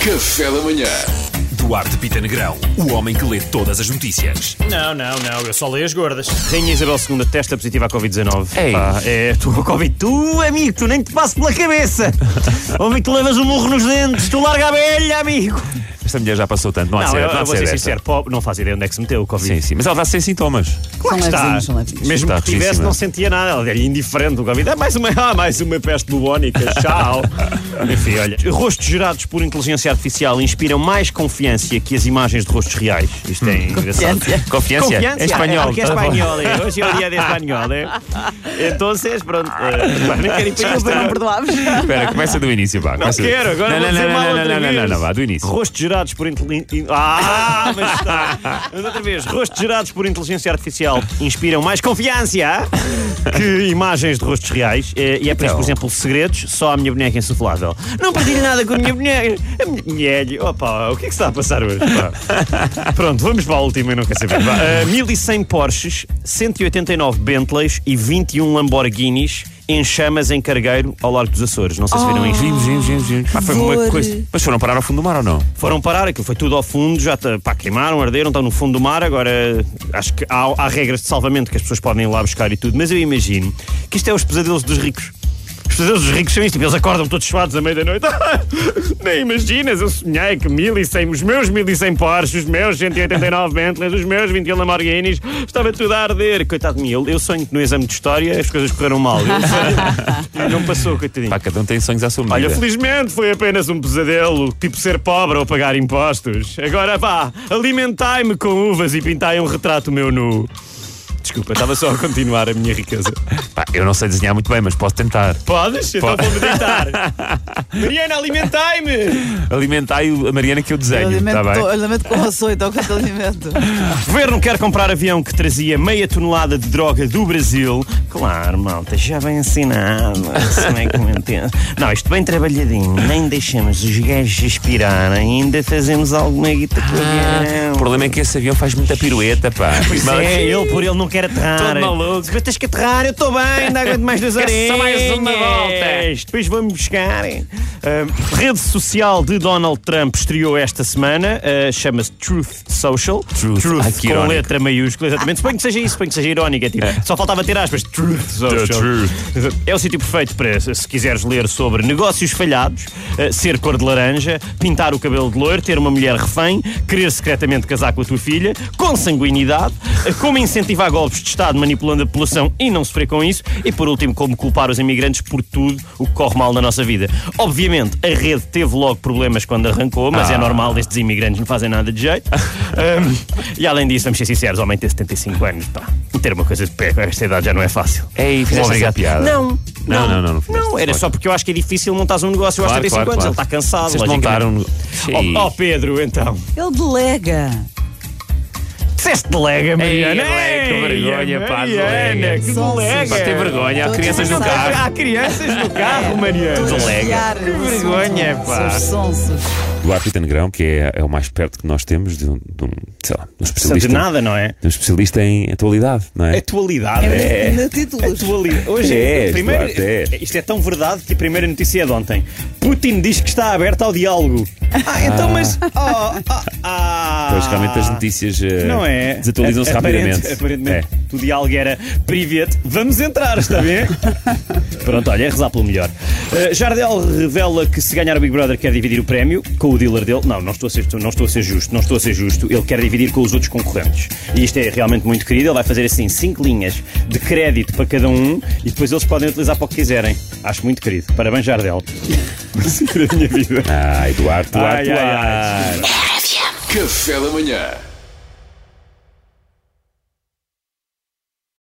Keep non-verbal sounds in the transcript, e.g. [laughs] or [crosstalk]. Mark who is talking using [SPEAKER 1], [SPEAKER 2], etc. [SPEAKER 1] Café da manhã.
[SPEAKER 2] Duarte Pita Negrão, o homem que lê todas as notícias.
[SPEAKER 3] Não, não, não, eu só leio as gordas.
[SPEAKER 4] Rainha Isabel II testa positiva à Covid-19.
[SPEAKER 2] Ei.
[SPEAKER 4] Pá, é tu, Covid. Tu, amigo, tu nem te passo
[SPEAKER 2] [laughs]
[SPEAKER 4] pela cabeça. Homem, tu levas um murro nos dentes, tu larga a velha, amigo.
[SPEAKER 2] Esta mulher já passou tanto, não há de
[SPEAKER 4] Não,
[SPEAKER 2] ser,
[SPEAKER 4] eu,
[SPEAKER 2] não há
[SPEAKER 4] eu
[SPEAKER 2] de ser
[SPEAKER 4] vou ser
[SPEAKER 2] esta.
[SPEAKER 4] sincero, pobre, não faz ideia onde é que se meteu o Covid.
[SPEAKER 2] Sim, sim, mas ela está sem sintomas.
[SPEAKER 4] Claro que
[SPEAKER 5] São
[SPEAKER 4] está.
[SPEAKER 5] levezinhos, são levezinhos.
[SPEAKER 4] Mesmo
[SPEAKER 2] um Está é?
[SPEAKER 4] que tivesse,
[SPEAKER 2] riquíssima.
[SPEAKER 4] não sentia nada. Ela era indiferente do Covid. É mais uma, ah, mais uma peste
[SPEAKER 2] [laughs]
[SPEAKER 4] bubónica. Tchau. Enfim, olha. Rostos gerados por inteligência artificial inspiram mais confiança que as imagens de rostos reais. Isto é engraçado.
[SPEAKER 5] Confiança.
[SPEAKER 2] Hum. Confiança?
[SPEAKER 4] Confiança.
[SPEAKER 2] Em
[SPEAKER 4] É
[SPEAKER 2] espanhol. Tá
[SPEAKER 4] porque é espanhol, eh. Hoje é o dia de espanhol, eh. Entonces, pronto. [laughs] eh, pá, nem quero ir para isto.
[SPEAKER 5] Desculpa, não perdoavas.
[SPEAKER 2] Espera, começa do início, vá.
[SPEAKER 4] Não
[SPEAKER 2] começa do-
[SPEAKER 4] quero, agora
[SPEAKER 2] não,
[SPEAKER 4] vou
[SPEAKER 2] não,
[SPEAKER 4] dizer
[SPEAKER 2] não,
[SPEAKER 4] mal
[SPEAKER 2] não,
[SPEAKER 4] outra
[SPEAKER 2] não, não,
[SPEAKER 4] vez.
[SPEAKER 2] não, não, vá, do início.
[SPEAKER 4] Rostos gerados por inteligência. Ah, mas está. Mas outra vez, rostos gerados por inteligência artificial inspiram mais confiança que imagens de rostos reais. Eh, E é por isso,
[SPEAKER 2] Então.
[SPEAKER 4] por exemplo, segredos, só a minha boneca é insuflável. Não partilho nada com a minha boneca. A minha mulher. Opa, o que é que se está a passar hoje? pá? Pronto, vamos para a última, eu não quero saber. Vá. Eh, 1100 Porsches, 189 Bentleys e 21 Lamborghinis em chamas em cargueiro ao largo dos Açores. Não sei se viram isto.
[SPEAKER 2] Vimos, vimos, vimos, vimos. Pá, foi uma
[SPEAKER 5] Horror.
[SPEAKER 2] coisa. Mas foram parar ao fundo do mar ou não?
[SPEAKER 4] Foram parar, aquilo foi tudo ao fundo, já tá- pá, queimaram, arderam, estão no fundo do mar. Agora acho que há, há regras de salvamento que as pessoas podem ir lá buscar e tudo, mas eu imagino que isto é os pesadelos dos ricos. Os pesadelos dos ricos são isto, tipo, eles acordam todos suados à meia-noite. [laughs] Nem imaginas, eu sonhei que 1100, os meus 1100 Porsches, os meus 189 Bentleys, os meus 21 Lamborghinis, estava tudo a arder. Coitado de mim, eu, eu sonho que no exame de história as coisas correram mal. Eu sonho- e não passou, coitadinho.
[SPEAKER 2] Pá, cada um tem sonhos à sua medida.
[SPEAKER 4] Olha, felizmente foi apenas um pesadelo, tipo ser pobre ou pagar impostos. Agora vá, alimentai-me com uvas e pintai um retrato meu nu. Desculpa, estava só a continuar a minha riqueza.
[SPEAKER 2] Pá, eu não sei desenhar muito bem, mas posso tentar.
[SPEAKER 4] Podes? Então
[SPEAKER 2] Pode.
[SPEAKER 4] vou-me [laughs] deitar. Mariana, alimentai-me!
[SPEAKER 2] Alimentai o- a Mariana que eu
[SPEAKER 5] Eu
[SPEAKER 2] desenho, está
[SPEAKER 5] alimento,
[SPEAKER 2] bem?
[SPEAKER 5] eu alimento com açoite é ou com outro alimento.
[SPEAKER 4] O governo quer comprar avião que trazia meia tonelada de droga do Brasil. Claro, malta, já bem ensinado. Se não é que me entende. Não, isto bem trabalhadinho. Nem deixamos os gajos aspirarem, ainda fazemos alguma guita com o avião.
[SPEAKER 2] O problema é que esse avião faz muita pirueta, pá.
[SPEAKER 4] Pois
[SPEAKER 2] Mas-
[SPEAKER 4] é, ele por ele não quer aterrar.
[SPEAKER 2] Todo maluco.
[SPEAKER 4] Mas tens que aterrar, eu estou bem, ainda aguento mais
[SPEAKER 2] [laughs]
[SPEAKER 4] duas
[SPEAKER 2] É
[SPEAKER 4] horinhas.
[SPEAKER 2] só mais uma volta.
[SPEAKER 4] Depois vamos buscar. Ah, rede social de Donald Trump estreou esta semana, ah, chama-se Truth Social.
[SPEAKER 2] Truth. Ai, que
[SPEAKER 4] com
[SPEAKER 2] irónico. É.
[SPEAKER 4] letra maiúscula, exatamente. Suponho que seja isso, suponho que seja irónica. Tipo, Só faltava ter aspas. Truth Social.
[SPEAKER 2] Truth.
[SPEAKER 4] É o sítio perfeito para, se quiseres ler sobre negócios falhados, eh, ser cor de laranja, pintar o cabelo de loiro, ter uma mulher refém, querer secretamente casar com a tua filha, com sanguinidade, eh, como incentivar golpes de Estado manipulando a população e não sofrer com isso, e por último, como culpar os imigrantes por tudo o que corre mal na nossa vida. Obviamente, a rede teve logo problemas quando arrancou, mas é normal, estes imigrantes não fazem nada de jeito. Ahm, e além disso, vamos ser sinceros, o homem tem 75 anos, pá. Ter uma coisa de pé com esta idade já não é fácil.
[SPEAKER 2] Ei, fizeste essa
[SPEAKER 4] Obrigado.
[SPEAKER 2] piada.
[SPEAKER 4] Não,
[SPEAKER 2] Não,
[SPEAKER 4] não,
[SPEAKER 2] não, não, não fizeste.
[SPEAKER 4] era só porque eu acho que é difícil montar um negócio aos
[SPEAKER 2] Claro,
[SPEAKER 4] 35
[SPEAKER 2] claro,
[SPEAKER 4] anos.
[SPEAKER 2] claro.
[SPEAKER 4] Ele está cansado,
[SPEAKER 2] Vocês
[SPEAKER 4] logicamente.
[SPEAKER 2] montaram. um- Sim.
[SPEAKER 4] Ó oh, Pedro, então.
[SPEAKER 5] Ele delega.
[SPEAKER 4] Disseste delega, Mariana.
[SPEAKER 2] Ei, que vergonha, pá,
[SPEAKER 4] Mariana,
[SPEAKER 2] delega.
[SPEAKER 4] que
[SPEAKER 5] Só-
[SPEAKER 4] delega.
[SPEAKER 5] só
[SPEAKER 2] tem vergonha, há
[SPEAKER 5] Todos
[SPEAKER 2] crianças no
[SPEAKER 5] os É.
[SPEAKER 2] carro.
[SPEAKER 4] Há crianças no carro, Mariana.
[SPEAKER 5] Todos
[SPEAKER 2] Delega.
[SPEAKER 5] os diários
[SPEAKER 4] Que vergonha,
[SPEAKER 5] são-
[SPEAKER 4] pá.
[SPEAKER 5] São sonsos.
[SPEAKER 2] Duarte Pita Negrão, que é, é o mais perto que nós temos de um, de um, sei lá, de um
[SPEAKER 4] De
[SPEAKER 2] especialista.
[SPEAKER 4] nada, não é?
[SPEAKER 2] de um especialista em atualidade, não é?
[SPEAKER 4] Atualidade.
[SPEAKER 5] É na títulos.
[SPEAKER 4] Atualidade. Hoje
[SPEAKER 2] É,
[SPEAKER 4] é.
[SPEAKER 2] és,
[SPEAKER 4] Primeiro,
[SPEAKER 2] Duarte, és.
[SPEAKER 4] isto é tão verdade que a primeira notícia é de ontem. Putin diz que está aberto ao diálogo. Ah, então, mas. Oh, ah, ah.
[SPEAKER 2] Pois realmente as notícias eh,
[SPEAKER 4] Não é?
[SPEAKER 2] desatualizam-se
[SPEAKER 4] Aparente-
[SPEAKER 2] rapidamente.
[SPEAKER 4] Aparentemente,
[SPEAKER 2] É.
[SPEAKER 4] o diálogo era private, vamos entrar, está bem? [laughs] Pronto, olha, é rezar pelo melhor. Eh, Jardel revela que se ganhar o Big Brother quer dividir o prémio com o dealer dele. Não, não estou, a ser, não estou a ser justo, não estou a ser justo. Ele quer dividir com os outros concorrentes. E isto é realmente muito querido. Ele vai fazer assim cinco linhas de crédito para cada um e depois eles podem utilizar para o que quiserem. Acho muito querido. Parabéns, [laughs] Jardel. Sim, da minha vida.
[SPEAKER 2] ah, Ai, Duarte, Duarte,
[SPEAKER 4] Ai, ai,
[SPEAKER 2] Duarte.
[SPEAKER 4] ai.
[SPEAKER 1] Café da manhã.